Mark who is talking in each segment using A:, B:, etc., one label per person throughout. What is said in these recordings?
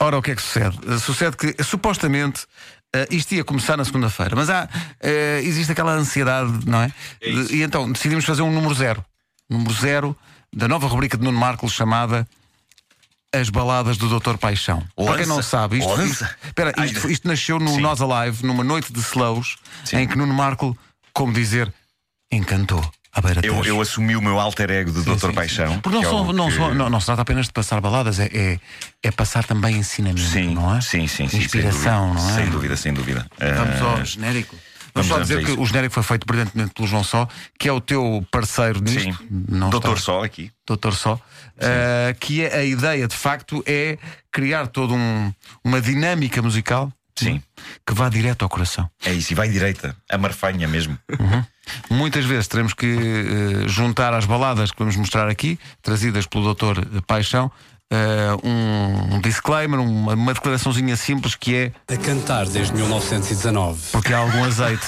A: Ora, o que é que sucede? Eh, Sucede que, supostamente, eh, isto ia começar na segunda-feira, mas há, eh, existe aquela ansiedade, não é? De- e então decidimos fazer um número zero. Número zero da nova rubrica de Nuno Marco chamada As Baladas do Doutor Paixão. Para quem
B: Ouça,
A: não sabe, isto,
B: ouça.
A: isto- espera,
B: Ai,
A: isto, isto nasceu no
B: sim.
A: Nós Alive, numa noite de slows, em que Nuno Marco, como dizer, encantou à beira
B: Eu,
A: tejo.
B: eu assumi o meu alter ego de Dr. Paixão.
A: Porque não,
B: que é
A: só,
B: o
A: não,
B: que-
A: só- não, não se trata apenas de passar baladas, é, é, é passar também ensinamento,
B: Sim,
A: não é?
B: sim, sim, sim.
A: Inspiração,
B: sem dúvida,
A: não é?
B: Sem dúvida, sem dúvida.
A: Vamos
B: Ah,
A: ao genérico. Vamos só
B: vamos a
A: dizer
B: isso.
A: que o genérico foi feito brilhantemente pelo João Só, que é o teu parceiro nisto.
B: Sim,
A: não
B: Doutor
A: está-
B: Sol aqui.
A: Doutor Só. eh, que é- a ideia, de facto, é criar toda um- uma dinâmica musical
B: Sim.
A: que vá direto ao coração.
B: É isso, e vai direita, a marfanha mesmo.
A: Muitas vezes teremos que eh, juntar às baladas que vamos mostrar aqui, trazidas pelo doutor Paixão, eh, um, um disclaimer, uma, uma declaraçãozinha simples que é
C: A cantar desde 1919.
A: porque há algum azeite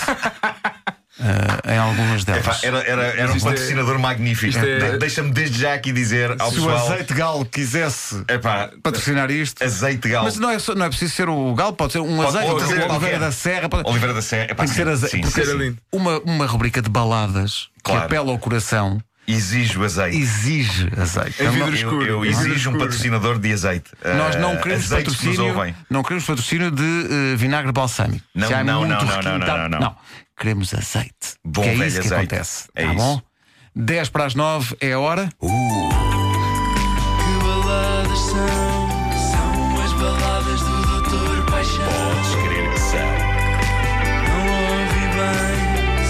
A: eh, em algumas
B: Epá,
A: delas.
B: era, era, era um
D: isto é-
B: patrocinador magnífico.
D: isto é-
B: De- Deixa-me desde já aqui dizer ao
A: Se o
B: pessoal. É-
A: azeite galo quisesse
B: Epá,
A: patrocinar isto.
B: azeite gal.
A: Mas não é, só- não é preciso ser o galo, pode ser um
B: Pode-
A: azeite,
B: ou
A: pode ser
B: azeite
A: Oliveira
B: qualquer. um
A: da Serra. Pode...
B: Oliveira da Serra. Epá,
A: Tem que ser
B: sim,
A: azeite.
B: sim,
A: porque
B: sim,
D: era
B: sim.
D: lindo.
A: Uma, uma rubrica de baladas
B: Claro.
A: que apela ao coração
B: Exige o azeite.
A: exige azeite.
D: Em
A: Eu não-
D: vidro
B: Eu-
D: escuro.
B: Eu,
D: Em vidro
B: exijo um
D: escuro.
B: patrocinador de azeite.
A: Nós não
B: Ah,
A: queremos
B: azeites que nos
A: patrocínio,
B: ouvem.
A: não queremos patrocínio de eh, vinagre balsâmico.
B: Não,
A: Se há
B: não,
A: muito
B: não, não,
A: requintado-
B: não, não, não.
A: Queremos azeite.
B: Bom
A: que é
B: velho
A: isso que
B: azeite.
A: acontece.
B: É
A: tá
B: isso.
A: bom? 10 para as 9 é a hora.
E: Que baladas são? São as baladas do Doutor Paixão.
B: Podes crer que são.
E: Não ouvi bem.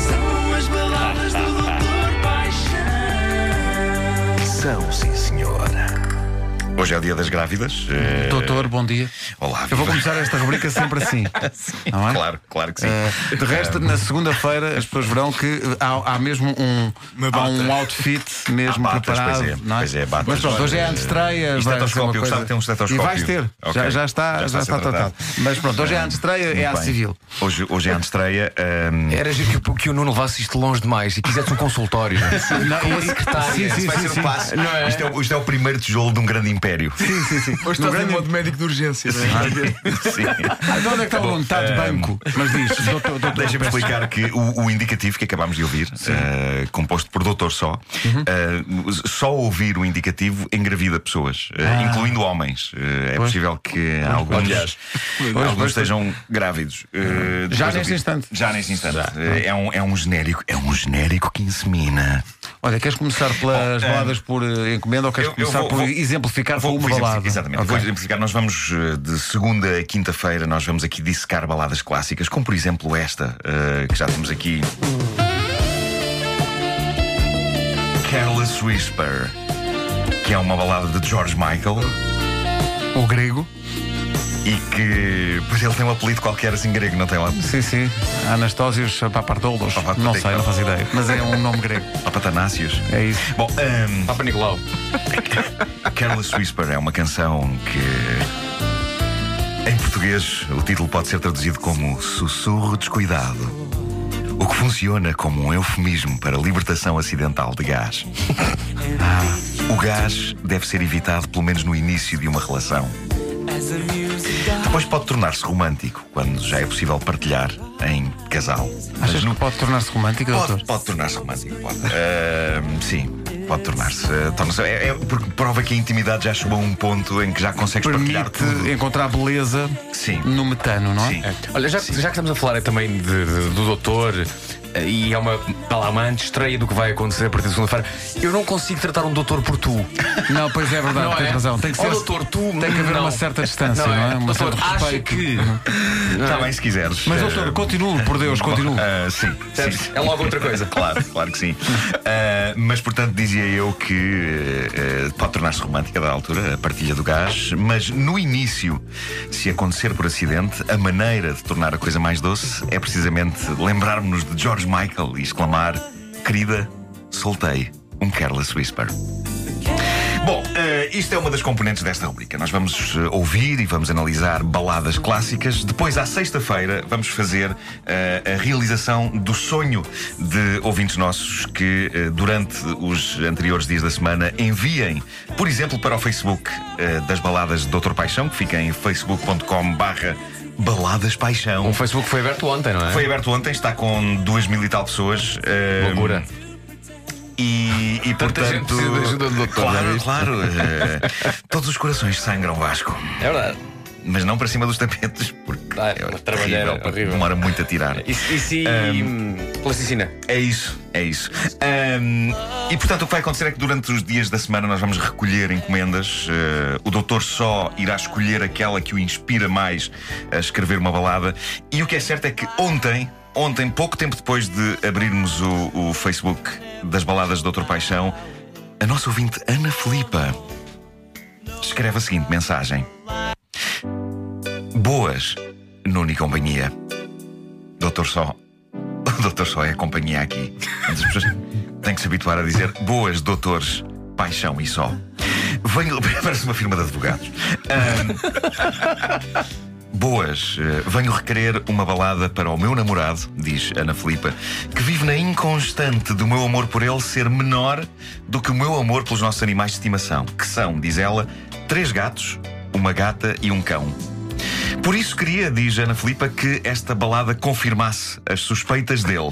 E: São as baladas do Doutor Paixão.
B: São, sim, senhora. Hoje é o dia das grávidas. Eh,
A: Doutor, bom dia.
B: Olá,
A: Eu vou
B: viva.
A: começar esta rubrica sempre assim. não é?
B: Claro, claro que sim.
A: Eh, de resto, na segunda-feira as pessoas verão que há, há mesmo um,
D: Uma
A: há
D: bata.
A: um outfit mesmo
B: Há batas,
A: preparado.
B: pois é,
A: não
B: pois é, batas.
A: Mas pronto, hoje é a estreia. vai
B: E
A: ser uma
B: estetoscópio,
A: coisa-
B: gostava de ter um estetoscópio.
A: E vais ter,
B: Ok.
A: já, já está, já,
B: Já está a
A: está
B: ser
A: tratado.
B: tratado.
A: Mas pronto, hoje é a estreia, é a
B: Muito bem.
A: civil. É
B: Hoje, hoje é a estreia.
F: Era giro que, o- que o Nuno levasse isto longe demais e quisesse um consultório.
A: Não,
F: Com
A: e-
F: a secretária.
A: sim, sim,
B: Isto vai
A: sim,
B: ser
A: sim.
B: o passo.
F: Não é?
B: Isto, é, o- isto é o primeiro tijolo de um grande império. Sim,
D: Hoje estás em modo médico de urgência. não é?
A: Ah, de onde é que está o vontade de banco? Mas diz, doutor, doutor,
B: Deixa-me explicar que o, o indicativo que acabámos de ouvir, eh, composto por Doutor Só,
A: Uhum.
B: eh, só ouvir o indicativo engravida pessoas, eh,
A: Ah.
B: incluindo homens. Eh, é possível que alguns,
D: aliás.
B: alguns estejam grávidos. eh,
A: Já
B: depois de
A: neste
B: ouvir.
A: instante.
B: Já neste instante. Eh, é, um, é um genérico, é um genérico que insemina.
A: Olha, queres começar pelas
B: Bom, eh,
A: baladas por eh, encomenda ou queres
B: eu- eu
A: começar
B: vou-
A: por
B: vou-
A: exemplificar
B: Vou-
A: com uma
B: vou exemplificar,
A: balada?
B: Exatamente.
A: Ok.
B: Vou exemplificar. Nós vamos eh, de segunda a quinta-feira, nós vamos aqui dissecar baladas clássicas, como por exemplo esta, eh, que já temos aqui. Careless Whisper, que é uma balada de George Michael
A: O grego?
B: e que. Pois ele tem um apelido qualquer assim grego, não tem lá?
A: Sim, sim. Anastásios Papardolos.
B: Papar-
A: eh, Não sei, não faço ideia. Mas é um nome grego.
B: Papatanácios.
A: É isso.
B: Bom, ehm,
F: Papa Nicolau.
B: Careless Whisper é uma canção que. Em português, o título pode ser traduzido como Sussurro Descuidado. O que funciona como um eufemismo para libertação acidental de gás. Ah, O gás deve ser evitado, pelo menos no início de uma relação.
E: As a music dies.
B: Depois pode tornar-se romântico, quando já é possível partilhar em casal. Mas
A: Achas
B: no
A: que pode tornar-se romântica, doutor?
B: Pode, pode tornar-se romântico, pode. Ahm, sim, pode tornar-se. eh, torna-se- é, é porque prova que a intimidade já chegou a um ponto em que já consegues partilhar tudo.
A: Permite encontrar beleza
B: Sim.
A: no metano, não é?
B: Sim.
F: Olha, já, que- já que estamos a falar é também de- de- do doutor eh, e é uma palamante estreia do que vai acontecer a partir de segunda-feira, eu não consigo tratar um doutor por tu.
A: Não, pois é verdade,
F: Não
A: tens
F: é?
A: razão. Tem que ser.
F: Ó, doutor, tu.
A: Tem que haver
F: não.
A: uma certa distância, não é? Um
F: Doutor,
A: certo
F: acha
A: respeito. Uhum.
F: que.
B: Está bem se quiseres.
A: Mas,
B: Eh,
A: doutor, continuo, por Deus, continuo.
B: Ah, sim,
F: Certo,
B: sim.
F: é logo outra coisa.
B: claro, claro que sim. Ah, mas portanto dizia eu que eh, eh, pode tornar-se romântica da altura a partilha do gás, mas no início, se acontecer por acidente, a maneira de tornar a coisa mais doce é precisamente lembrarmos-nos de George Michael e exclamar: querida, soltei um careless whisper. Bom, eh, Eh, isto é uma das componentes desta rubrica. Nós vamos eh, ouvir e vamos analisar baladas clássicas. Depois, à sexta-feira, vamos fazer eh, a realização do sonho de ouvintes nossos que, eh, durante os anteriores dias da semana, enviem, por exemplo, para o Facebook eh, das baladas do Dr. Paixão, que fica em facebook.com/barra Baladas Paixão.
F: O um Facebook foi aberto ontem, não é?
B: Foi aberto ontem, está com duas mil e tal pessoas. eh,
F: Loucura.
A: Uhum.
B: E, e
F: gente
B: portanto.
F: precisa de ajuda do doutor, não é
B: claro,
F: isto?
B: claro. eh, todos os corações sangram Vasco.
F: É verdade.
B: Mas não para cima dos tapetes, porque
F: Ah, é uma trabalheira horrível.
B: demora muito a tirar.
F: E, se- e se.
A: Uhum.
F: hum, plasticina?
B: É isso, é isso. Ahm, e portanto, o que vai acontecer é que durante os dias da semana nós vamos recolher encomendas. eh, o doutor só irá escolher aquela que o inspira mais a escrever uma balada. E o que é certo é que ontem, ontem, pouco tempo depois de abrirmos o, o Facebook das baladas do Doutor Paixão, a nossa ouvinte Ana Filipa escreve a seguinte mensagem: Boas, Nuno e companhia. Doutor só. O doutor só é a companhia aqui. As pessoas têm que se habituar a dizer boas, doutores, paixão e só. Venho. Parece uma firma de advogados. Ahm, Boas, eh, venho requerer uma balada para o meu namorado, diz Ana Filipa, que vive na inconstante do meu amor por ele ser menor do que o meu amor pelos nossos animais de estimação, que são, diz ela, três gatos, uma gata e um cão. Por isso queria, diz Ana Filipa, que esta balada confirmasse as suspeitas dele.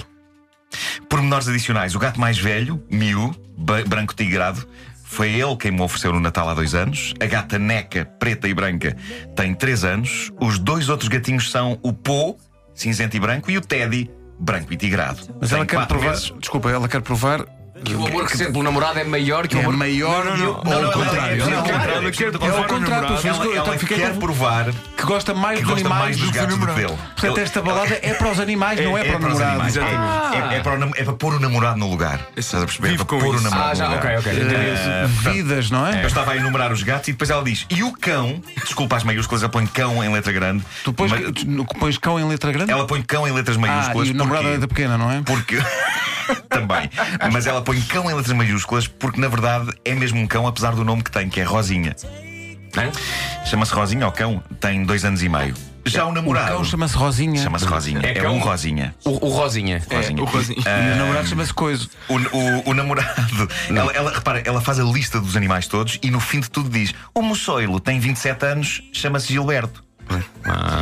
B: Pormenores adicionais: o gato mais velho, Miu, ba- branco tigrado, foi ele quem me ofereceu no Natal há dois anos. A gata Neca, preta e branca, tem três anos. Os dois outros gatinhos são o Po, cinzento e branco, e o Teddy, branco e tigrado.
A: Mas
B: Tem
A: ela quer
B: quatro
A: provar.
B: meses.
A: Desculpa, ela quer provar.
F: Que o amor que sente pelo namorado é maior que o
A: É
F: amor.
A: maior ou ao
B: não, não,
A: contrário.
B: não, não,
A: Ela
B: não,
A: quer-
B: não, não,
A: ela quer-
B: não, não,
A: é
B: não,
A: ao contrário,
B: Ela,
A: tu fez- eu
B: ela
A: também fiquei
B: quer
A: com-
B: provar.
A: que gosta mais
B: que
A: dos
B: gosta
A: animais
B: mais dos
A: do que do
B: gatos do que
A: namorado.
B: dele.
A: Portanto,
B: Ele-
A: esta balada é para os animais, Ah. não é, para o
B: os
A: namorado.
B: animais. É, é para o nam- é para pôr o namorado no lugar. Estás a perceber? É
D: Vivo
B: para
D: com
B: pôr o
D: isso.
B: namorado
F: Ah, já,
B: no lugar.
F: ok, ok.
A: Eh, Vidas, não é?
B: Eu estava a enumerar os gatos e depois ela diz: E o cão? Desculpa as maiúsculas, ela põe cão em letra grande.
A: Tu pões,
B: mas
A: tu pões cão em letra grande?
B: Ela põe cão em letras
A: ah,
B: maiúsculas.
A: e o namorado é
B: porquê?
A: letra pequena, não é?
B: Porque. Também. Mas ela põe cão em letras maiúsculas porque, na verdade, é mesmo um cão, apesar do nome que tem, que é Rosinha.
F: Hã?
B: Chama-se Rosinha, o cão tem dois anos e meio. Já o
A: O
B: namorado.
A: um cão chama-se Rosinha.
B: Chama-se Rosinha.
F: É
B: É,
F: cão?
B: um Rosinha.
F: O, o Rosinha.
A: É,
B: Rosinha.
D: O Rosinho.
A: E o namorado chama-se Coiso.
B: O, o- o namorado, ela, ela- repara, ela faz a lista dos animais todos e no fim de tudo diz: O moçoilo tem 27 anos, chama-se Gilberto.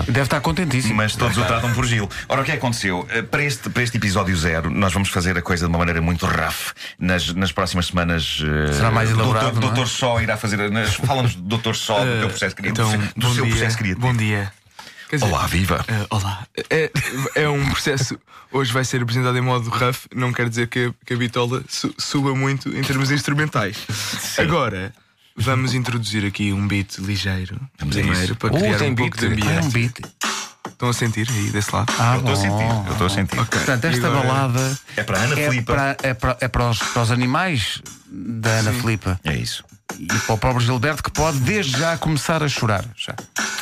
A: Deve estar contentíssimo.
B: Mas todos o tratam por Gil. Ora, o que é que aconteceu? Eh, Para este, para este episódio zero, nós vamos fazer a coisa de uma maneira muito rough. Nas, nas próximas semanas. eh,
A: Será mais elaborado,
B: Doutor,
A: não é?
B: doutor Só irá fazer. nas- Fala-nos do Doutor Só, do teu processo criativo.
D: Então,
B: do
D: bom
B: seu
D: dia.
B: processo criativo.
D: Bom dia. Quer dizer,
B: Olá, viva!
D: eh, olá. É, é um processo. Hoje vai ser apresentado em modo rough. Não quer dizer que a, que a bitola su- suba muito em termos instrumentais. Agora, vamos introduzir aqui um beat ligeiro.
B: Vamos a
D: primeiro,
B: isso.
D: para
F: Uh,
D: criar
F: tem
D: um pouco
F: beat.
A: É
D: de
B: Ah,
D: ambiente.
A: um beat.
D: Estão a sentir aí desse lado?
A: Ah,
B: eu estou
A: bom.
B: a sentir, eu estou a sentir.
A: Portanto, esta
D: E agora-
A: balada
B: É para a Ana
A: é,
B: Filipa.
A: para, é, para, é para, os, para os animais da Ana Filipa
B: É isso.
A: e para o próprio Gilberto que pode desde já começar a chorar. Já.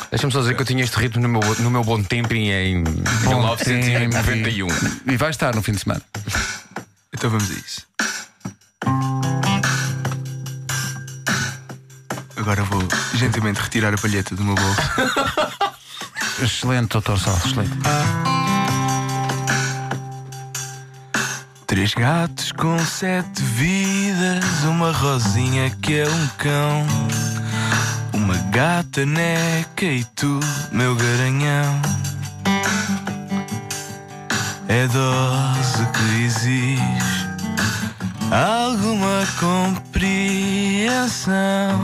F: Deixa-me só dizer que eu tinha este ritmo no meu, no meu bom tempo em
A: Bom
F: 1991.
A: tempo. E vai estar no fim de semana.
D: Então vamos a isso. Agora vou gentilmente retirar a palheta do meu bolso.
A: Excelente, doutor Sal, excelente.
D: Três gatos com sete vidas, uma rosinha que é um cão, uma gata neca e tu, meu garanhão. É dose que exige alguma compreensão.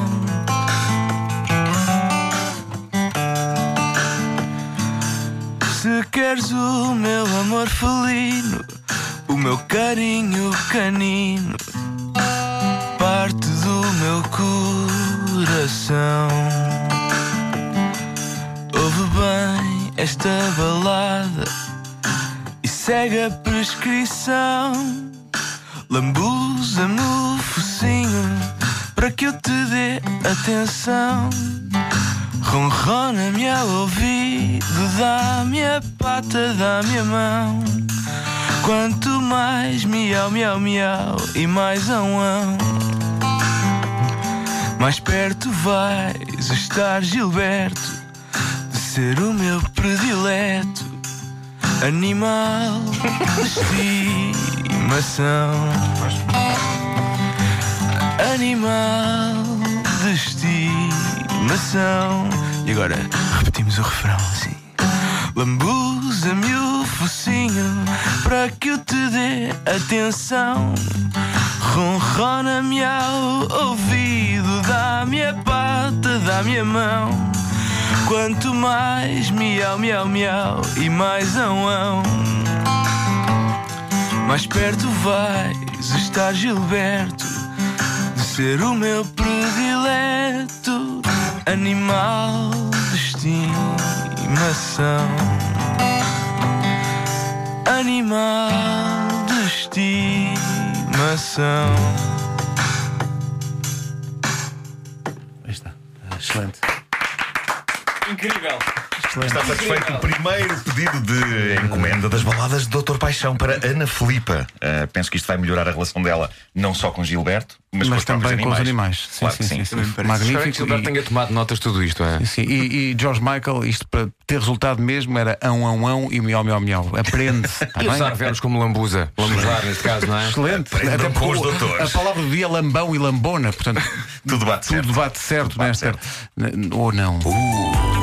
D: Se queres o meu amor felino, o meu carinho canino, parte do meu coração. Ouve bem esta balada e segue a prescrição. Lambuza-me o focinho para que eu te dê atenção. Ronrona-me ao ouvido, dá-me a pata, dá-me a mão. Quanto mais miau, miau, miau e mais a um Mais perto vais estar, Gilberto, de ser o meu predileto. Animal de estimação. Animal de estimação. E agora repetimos o refrão assim. Lambuza-me o focinho para que eu te dê atenção. Ronrona-me ao ouvido, dá-me a pata, dá-me a mão. Quanto mais miau, miau, miau e mais ão, ão. Mais perto vais estar, Gilberto, de ser o meu predileto, animal de estimação. Animal de estimação.
A: Aí está. Excelente.
F: Incrível!
B: Está satisfeito o primeiro pedido de encomenda das baladas de Doutor Paixão para Ana Filipa. Ah, penso que isto vai melhorar a relação dela não só com Gilberto, mas, com
A: Mas
B: os próprios
A: também com os animais.
B: animais.
A: Sim,
B: Claro
A: sim,
B: que
A: sim, sim.
F: Espero que o
A: Magnífico.
F: Gilberto
A: E-
F: tenha tomado notas de tudo isto, é?
A: Sim, e, e George Michael, isto para ter resultado mesmo, era ão, ão, ão e miau, miau, miau. Aprende-se. tá
F: E
A: bem?
F: usar verbos como lambuza. Lambuzar, neste caso, não é?
A: Excelente.
B: Aprendam
A: Até
B: com
A: porque
B: os
A: o-
B: doutores.
A: A palavra do dia é lambão e lambona, portanto,
B: Tudo bate certo.
A: tudo bate certo
B: bate
A: nesta. N- Ou não.
B: Uh,